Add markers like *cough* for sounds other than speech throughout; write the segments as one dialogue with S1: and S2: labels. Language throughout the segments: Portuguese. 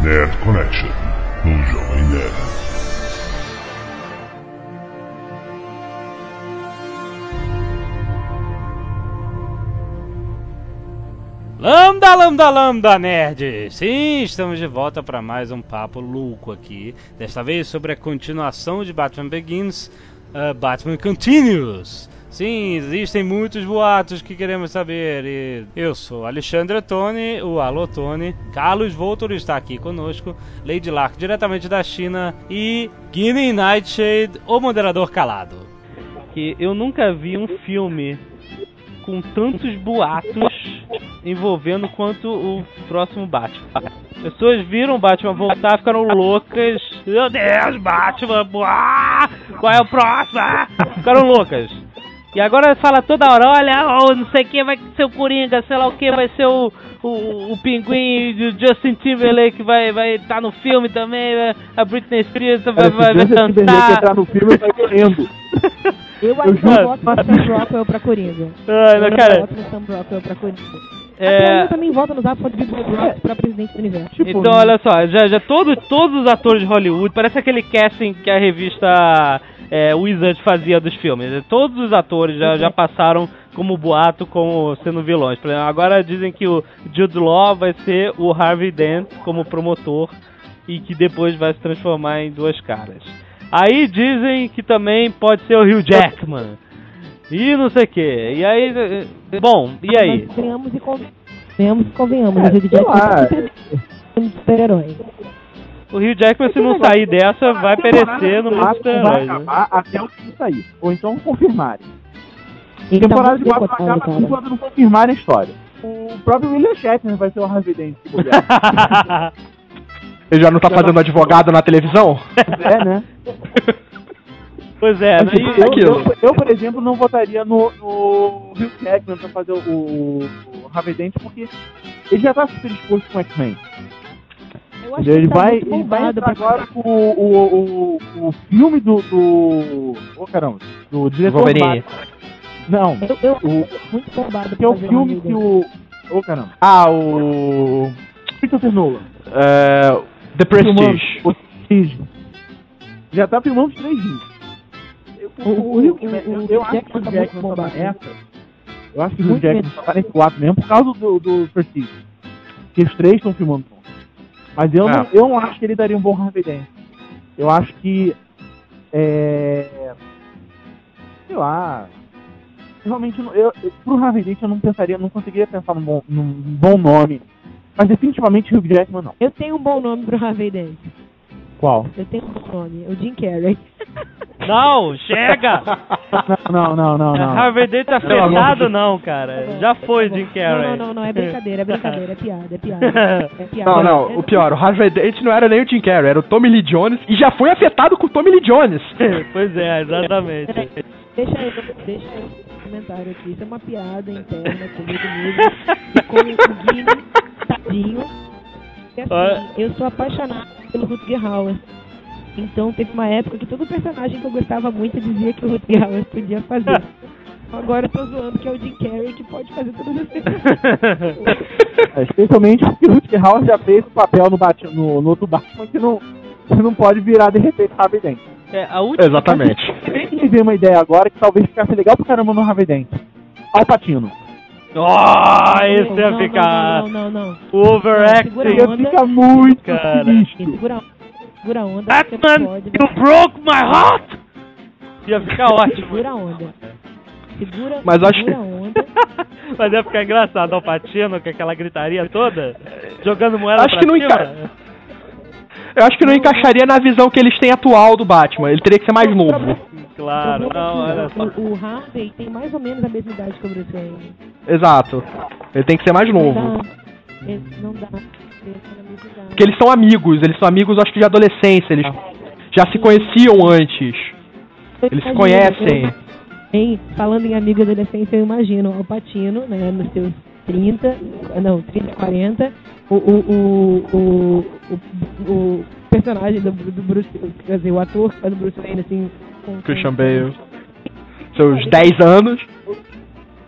S1: Nerd Connection, no Jovem Nerd.
S2: Lambda, lambda, lambda, nerd! Sim, estamos de volta para mais um papo louco aqui. Desta vez sobre a continuação de Batman Begins, uh, Batman Continues. Sim, existem muitos boatos que queremos saber. E eu sou Alexandre Tony, o Alô Tony. Carlos Voltor está aqui conosco. Lady Lark, diretamente da China. E Guinea Nightshade, o moderador
S3: *laughs*
S2: calado.
S3: que eu nunca vi um filme com tantos boatos envolvendo quanto o próximo Batman. Pessoas viram Batman voltar, ficaram loucas. Meu Deus, Batman! buá! Qual é o próximo? Ah! Ficaram loucas. E agora fala toda hora, olha, oh, não sei quem vai ser o Coringa, sei lá o que, vai ser o, o, o Pinguim do Justin Timberlake, vai vai estar no filme também, a Britney Spears vai,
S4: Cara,
S3: vai,
S4: se
S3: vai
S4: o Justin Timberlake
S3: cantar.
S4: entrar no filme, eu saio correndo.
S5: Eu acho que
S3: juro.
S5: eu voto no Sam Rockwell pra Coringa.
S3: Ai,
S5: eu
S3: mas, cara,
S5: voto no Sam Rockwell pra Coringa.
S3: é...
S5: Até
S4: tá
S5: eu também voto no Zap Fonte Big Brother pra presidente do universo.
S4: Tipo,
S3: Então, olha só, já, já todo- todos os atores de Hollywood, parece aquele casting que a revista é, Wizard fazia dos filmes. Todos os atores já, já passaram como boato, como sendo vilões. Por exemplo, agora dizem que o Jude Law vai ser o Harvey Dent como promotor e que depois vai se transformar em duas caras. Aí dizem que também pode ser o Hugh Jackman. E não sei o que. E aí. eh, Bom, e aí?
S5: Mas ganhamos e conven- ganhamos e convenhamos.
S4: É,
S5: o Hugh
S4: sei
S5: Jackman
S4: lá.
S5: tá super- um super-herói.
S3: O Hugh Jackman, se não sair dessa, vai perecer no mundo dos
S4: Batman vai
S3: heróis, né?
S4: acabar até o filme sair. Ou então confirmarem.
S5: Ele tá
S4: temporada
S5: muito
S4: de Batman
S5: decotado,
S4: acaba
S5: cara.
S4: tudo quando não confirmarem a história. O próprio William Shatner vai ser o Harvey *laughs* Dent, se bobear.
S6: Ele já não tá fazendo advogado na televisão?
S4: É,
S6: *laughs*
S4: né?
S3: pois é,
S4: Mas,
S3: né?
S4: tipo,
S6: é
S4: eu,
S6: aquilo.
S4: eu- eu, por exemplo, não votaria no, no Hugh Jackman pra fazer o, o, o Harvey Dent, porque ele já tá super exposto com o X-Men.
S5: Eu acho que
S4: Ele
S5: tá
S4: vai,
S5: muito
S4: ele vai
S5: bombado
S4: entrar
S5: pra-
S4: agora com o, o, o, o filme do. do oh, caramba, do diretor
S6: Wolverine.
S4: Batman. Não,
S5: Eu, eu
S4: o,
S5: muito bombado
S4: que é
S5: pra
S4: o
S5: fazer
S4: filme
S5: um
S4: que
S5: amigo.
S4: o. Oh, caramba.
S6: Ah, o.
S4: Christopher Nolan. Tá
S6: é, The
S4: filmando
S6: Prestige.
S4: O Prestige. Já tá filmando os três dias. Eu-
S5: O- o-
S4: Hugh
S5: o-
S4: Jackman-
S5: o- o
S4: eu acho que
S5: Jackman
S4: o
S5: tá
S4: Jackman
S5: muito
S4: só tá
S5: bombado.
S4: nessa. Eu acho que o
S5: Muito
S4: Jackman
S5: bem.
S4: só tá nesse 4 mesmo por causa do, do Prestige. Porque os três estão filmando. junto. Mas eu, não,
S6: Ah.
S4: eu não acho que ele daria um bom Harvey Dent. Eu acho que. É. Sei lá. Realmente, não- eu, eu, pro Harvey Dent eu não pensaria, não conseguiria pensar num bom, num bom nome. Mas definitivamente Hugh Jackman não.
S5: Eu tenho um bom nome pro Harvey Dent.
S4: Qual?
S5: Eu tenho um bom nome. O Jim Carrey.
S3: Não,
S6: *laughs*
S3: chega!
S4: *laughs* Não, não, não, não.
S3: Harvey Dent tá
S6: Pelo amor
S3: fechado, não, cara. Já foi, Jim Carrey.
S5: Não, não, não, não. É brincadeira, é brincadeira. É piada, é piada. É piada.
S6: Não, não, o pior, o Harvey Dent não era nem o Jim Carrey, era o Tommy Lee Jones e já foi afetado com o Tommy Lee Jones.
S3: *laughs* pois é, exatamente.
S5: Deixa eu, deixa eu um comentário aqui. Isso é uma piada interna comigo
S3: *laughs*
S5: mesmo. E com o Guilherme, tadinho. E
S3: Ah.
S5: assim, eu sou apaixonada pelo Rutger Hauer. Então teve uma época que todo personagem que eu gostava muito eu dizia que o Rutger Hauer podia
S3: *laughs*
S5: fazer. Agora eu tô zoando que é o Jim Carrey que pode fazer todas as
S3: *laughs*
S5: coisas.
S4: É, Especialmente porque o Rutger Hauer já fez o papel no, Bat- no- no outro Batman que não, que não pode virar de repente Harvey Dent.
S3: É, a última...
S6: *laughs* Exatamente.
S4: Quem me veio uma ideia agora que talvez ficasse legal pra caramba no Harvey Dent? Alpatino.
S3: Oh, esse
S5: Não,
S3: ia
S5: não,
S3: ficar
S5: Não, não, não. não.
S3: overacting.
S4: Ele fica muito
S3: Cara.
S5: Quem
S4: sinistro.
S5: Segura a segura a
S3: Ah,
S5: onda. porque
S3: Batman,
S5: pode, né?
S3: you broke my heart! Ia ficar ótimo.
S5: Segura a onda. Segura,
S6: Mas acho
S5: segura a onda.
S3: Mas ia ficar engraçado, o Patino com aquela gritaria toda, jogando moeda
S6: Acho
S3: pra
S6: que não
S3: cima.
S6: encara- Eu acho que não encaixaria na visão que eles têm atual do Batman, ele teria que ser mais novo.
S3: Claro,
S5: Eu vou
S3: não,
S5: aqui,
S3: olha
S5: o,
S3: só.
S5: o Harvey tem mais ou menos a mesma idade que o Bruce Wayne.
S6: Exato. Ele tem que ser mais novo.
S5: Não dá. Ele- Não dá. Ele tem a mesma idade.
S6: Porque eles são amigos, eles são amigos acho que de adolescência, eles já se conheciam antes. Eles se
S5: Imagina,
S6: conhecem.
S5: eu- né? Hein, falando em amigo adolescente, eu imagino o Patino, né, nos seus 30, não, 30, 40, o, o, o, o, o, o personagem do, do Bruce, quer dizer, o ator que faz o Bruce Wayne, assim, com,
S6: Christian Bale. Seus 10 anos.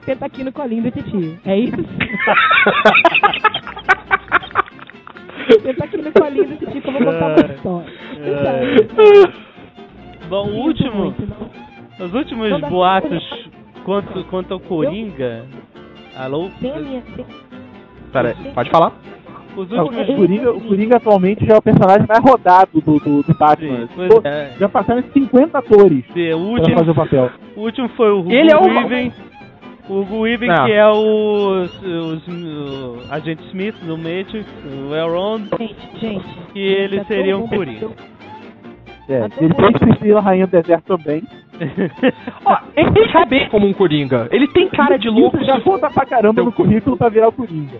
S5: Você tá aqui no colinho
S3: *laughs*
S5: do titio, é isso? Você tá aqui no escolinha desse tipo, eu vou contar uma história.
S3: é.
S5: Então,
S3: Bom, o
S5: sinto
S3: último,
S5: muito, não.
S3: os últimos
S5: Toda-
S3: boatos quanto, quanto ao Coringa. Alô?
S5: Tem a minha. Tem...
S6: Pera aí, pode falar.
S3: Os
S4: O
S3: últimos.
S4: Coringa, o Coringa atualmente já é o personagem mais rodado do, do, do Batman.
S3: Sim, pois
S4: Pô,
S3: é.
S4: Já passaram 50 atores
S3: Sim, O
S4: pra
S3: último
S4: fazer o papel.
S3: O último foi o Hugo
S6: Ele é o-
S3: Weaving. O Hugo Weaving,
S6: Ah.
S3: que é o, os- o Agente Smith do Matrix, o Elrond,
S5: Gente, gente.
S3: e ele
S5: tá
S3: seria
S5: todo
S3: um
S5: mundo-
S3: Coringa.
S4: É,
S5: Até
S4: ele fez Priscila, Rainha do Deserto também.
S6: Ó, ele cai bem como um Coringa. Ele tem cara de louco.
S4: Isso já conta pra caramba
S6: Seu
S4: no
S6: cu.
S4: currículo pra virar o Coringa.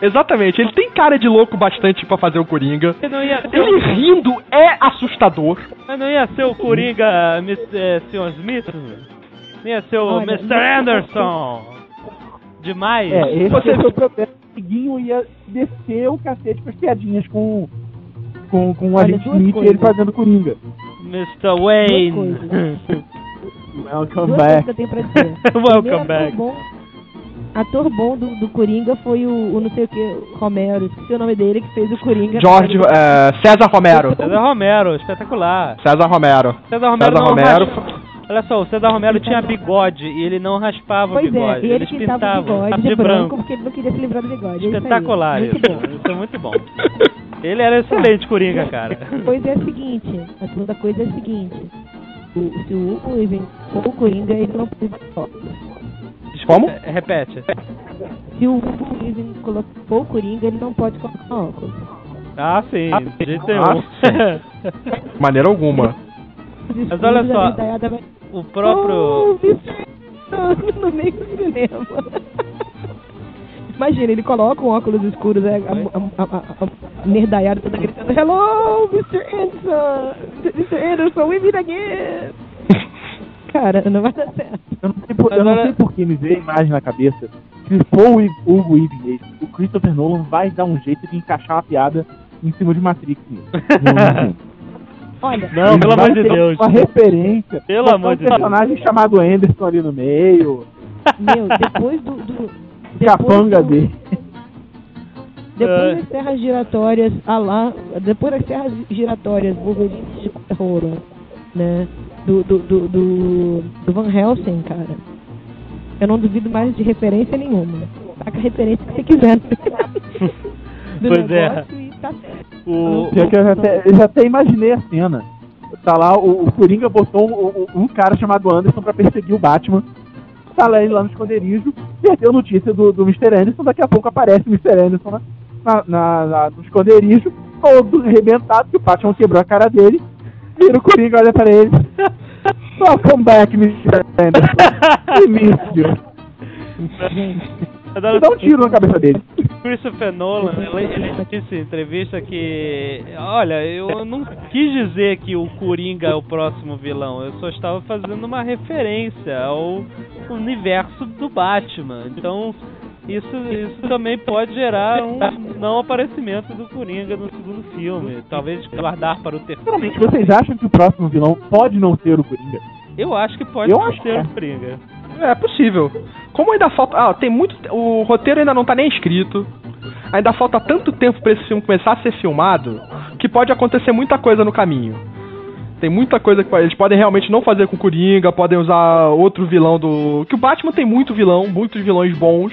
S6: Exatamente, ele tem cara de louco bastante pra fazer o Coringa.
S3: Ele não ia,
S6: Ele rindo é assustador.
S3: mas não ia ser o Coringa, Miss, eh, Sr. Smith? Não ia ser o
S5: Olha,
S3: Mr. Anderson! Demais!
S4: É, esse
S6: Você-
S4: é o seu problema. O Guinho ia descer o cacete com as piadinhas com, com, com o
S5: Olha,
S4: agente
S5: duas
S4: Smith e
S5: coisas.
S4: ele fazendo Coringa.
S3: Mr.
S5: Duas
S3: Wayne!
S5: coisas. Duas
S4: Welcome
S5: coisas
S4: back.
S5: que eu tenho pra
S3: *laughs*
S5: dizer.
S3: Welcome
S5: Primeiro,
S3: back!
S5: Ator bom, ator bom do, do Coringa foi o, o não sei o que, Romero, esqueci o nome dele, que fez o Coringa.
S6: George, é, César Romero.
S3: César Romero, espetacular!
S6: César Romero.
S3: César Romero,
S6: César
S3: não
S6: Romero.
S3: raspa- Olha só, o César Romero tinha bigode e ele não raspava o
S5: Pois é,
S3: bigode.
S5: e ele
S3: eles
S5: pintava o
S3: pintavam Tá
S5: bigode
S3: de branco.
S5: porque ele não queria se livrar do bigode. é isso aí.
S3: Espetacular isso.
S5: Muito bom.
S3: Isso é muito bom. Ele era excelente Coringa, cara.
S5: Pois é o seguinte, a segunda coisa é o seguinte. O, se o Hugo inventou o Coringa, ele não precisa de foto.
S6: Como?
S3: É, Repete.
S5: Se o Hugo Weaving colocou o Coringa, ele não pode colocar óculos.
S3: Ah, sim. De jeito nenhum.
S6: Ah, De maneira alguma.
S5: Mas
S3: olha só, *laughs* o
S5: Oh,
S3: próprio...
S5: Vicente, no meio do cinema. Imagina, ele coloca um óculos escuros, aí a, a, a, a- a nerdaiada toda gritando Hello, Mr. Anderson! Mr. Anderson, we meet again! *laughs* Cara, não vai dar certo.
S4: Eu não sei, por, eu não
S3: Agora-
S4: sei por que me veio a imagem na cabeça. Se for o Ig- Hugo Weaving, o Christopher Nolan vai dar um jeito de encaixar uma piada em cima de
S3: *laughs*
S4: Matrix. nele.
S5: Olha,
S3: Não, pelo
S4: Vai
S3: amor de
S4: ter
S3: Deus.
S4: Uma referência.
S3: Pelo
S4: botar
S3: amor
S4: um
S3: de Deus.
S4: personagem chamado Anderson ali no meio.
S5: meu, depois do... do depois
S4: Capanga
S5: do-
S4: dele.
S5: Depois
S3: É.
S5: das serras giratórias, a lá, depois das serras giratórias, Wolverine de Rola, né? Do, do, do, do, do Van Helsing, cara. Eu não duvido mais de referência nenhuma. Taca a referência que você
S3: *laughs*
S5: quiser. do
S3: Pois é.
S5: negócio e tá certo.
S3: O...
S4: Já que eu, já até, eu já até imaginei a cena. Tá lá, o, o Coringa botou um, um- um cara chamado Anderson pra perseguir o Batman. Tá lá ele lá no esconderijo, perdeu notícia do, do Mr. Anderson, daqui a pouco aparece o Mr. Anderson na, na- na- na- no esconderijo, todo arrebentado, que o Batman quebrou a cara dele. Vira o Coringa, olha
S3: *laughs*
S4: pra ele. Welcome back, Mr. Anderson. Início.
S5: Gente,
S4: E dá um tiro na cabeça dele.
S3: Christopher Nolan,
S4: Uhum.
S3: ele, ele disse em entrevista que, olha, eu não quis dizer que o Coringa é o próximo vilão, eu só estava fazendo uma referência ao universo do Batman. Então, isso, isso também pode gerar um não aparecimento do Coringa no segundo filme, talvez guardar para o terceiro.
S4: Realmente, vocês acham que o próximo vilão pode não ser o Coringa?
S3: Eu acho que pode
S4: Eu acho que
S3: ser
S4: é.
S3: o Coringa.
S6: É possível. Como ainda falta. Ah, tem muito. O roteiro ainda não tá nem escrito. Ainda falta tanto tempo pra esse filme começar a ser filmado que pode acontecer muita coisa no caminho. Tem muita coisa que pode- eles podem realmente não fazer com o Coringa, podem usar outro vilão do. Que o Batman tem muito vilão, muitos vilões bons,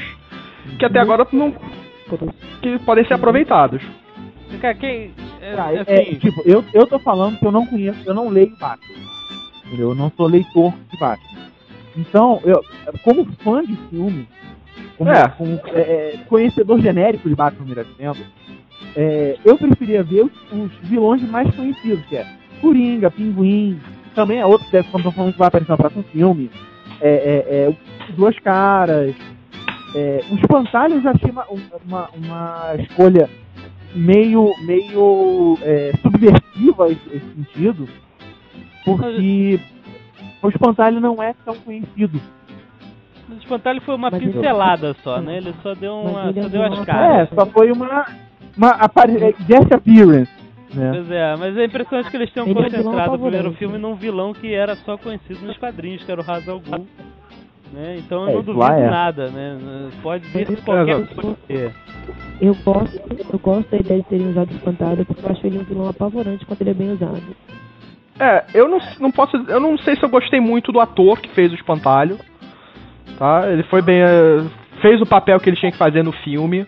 S6: que até agora não. que podem ser aproveitados.
S3: Cara, quem... é,
S4: Tá, é, é,
S3: assim,
S4: tipo, eu, eu tô falando que eu não conheço, eu não leio Batman. Entendeu? Eu não sou leitor de Batman. Então, eu, como fã de filme, como,
S6: É.
S4: como, é, é, conhecedor genérico de Batman, melhor dizendo, é, eu preferia ver os, os vilões mais conhecidos, que é Coringa, Pinguim, também é outro que deve, quando eu tô falando que vai aparecer no próximo filme, é, é, é, o Duas Caras, é, o Espantalho eu já achei uma, um, uma, uma escolha meio, meio é, subversiva esse, esse sentido, porque o Espantalho não é tão conhecido.
S3: O espantalho foi uma
S5: Mas ele-
S3: pincelada só, né? Ele só deu uma,
S5: Mas ele
S3: só
S5: é
S3: deu as
S5: uma-
S4: É,
S3: caras.
S4: só foi uma, uma apare... é, guest appearance, né?
S3: Pois é, mas é impressionante que eles tenham
S5: Ele é um vilão
S3: concentrado o
S5: apavorante.
S3: primeiro filme num vilão que era só conhecido nos quadrinhos, que era o Hazal Ghul. né? Então eu
S4: É,
S3: não
S4: isso
S3: duvido
S4: lá é.
S3: nada, né? Pode vir
S5: Isso,
S3: qualquer um
S5: exato.
S3: coisa. acontecer.
S5: Eu gosto, eu gosto da ideia de terem usado o espantado, porque eu acho ele um vilão apavorante quando ele é bem usado.
S6: É, eu não, não posso. Eu não sei se eu gostei muito do ator que fez o espantalho. Tá? Ele foi bem. eh, fez o papel que ele tinha que fazer no filme.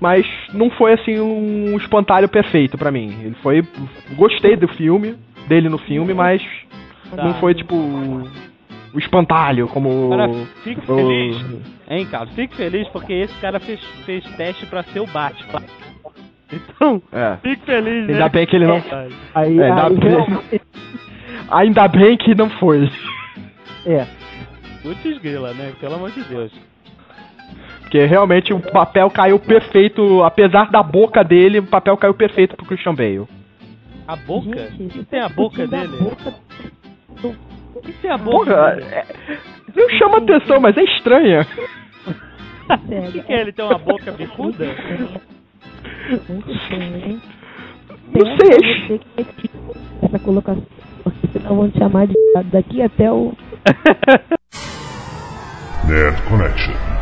S6: Mas não foi assim um espantalho perfeito pra mim. Ele foi. Gostei do filme, dele no filme, mas
S3: Tá.
S6: não foi tipo. O espantalho, como.
S3: Cara, fique
S6: o-
S3: feliz, hein, cara? Fique feliz porque esse cara fez, fez teste pra ser o Batman. Então,
S6: É.
S3: fique feliz,
S6: Ainda
S3: né?
S6: bem que ele não.
S4: Aí,
S6: É, dá
S4: aí
S6: pra-
S4: realmente-
S6: Ainda bem que não foi.
S4: é,
S3: Putz grila, né? Pelo amor de Deus.
S6: Porque realmente o papel caiu perfeito, apesar da boca dele, o papel caiu perfeito pro Christian Bale.
S3: A boca?
S5: Gente,
S3: O que tem a boca
S5: da
S3: dele? *laughs*
S5: boca-
S3: O que tem a boca?
S6: Porra,
S3: dele?
S6: é- não chama atenção, mas é estranha.
S5: Sério.
S3: O que, que é? Ele tem uma boca bicuda?
S5: Muito estranho, hein?
S6: Não
S5: Peço
S6: sei, é
S5: a você que retire Essa colocação, porque senão vão te chamar de daqui até o
S1: Nerd Connection.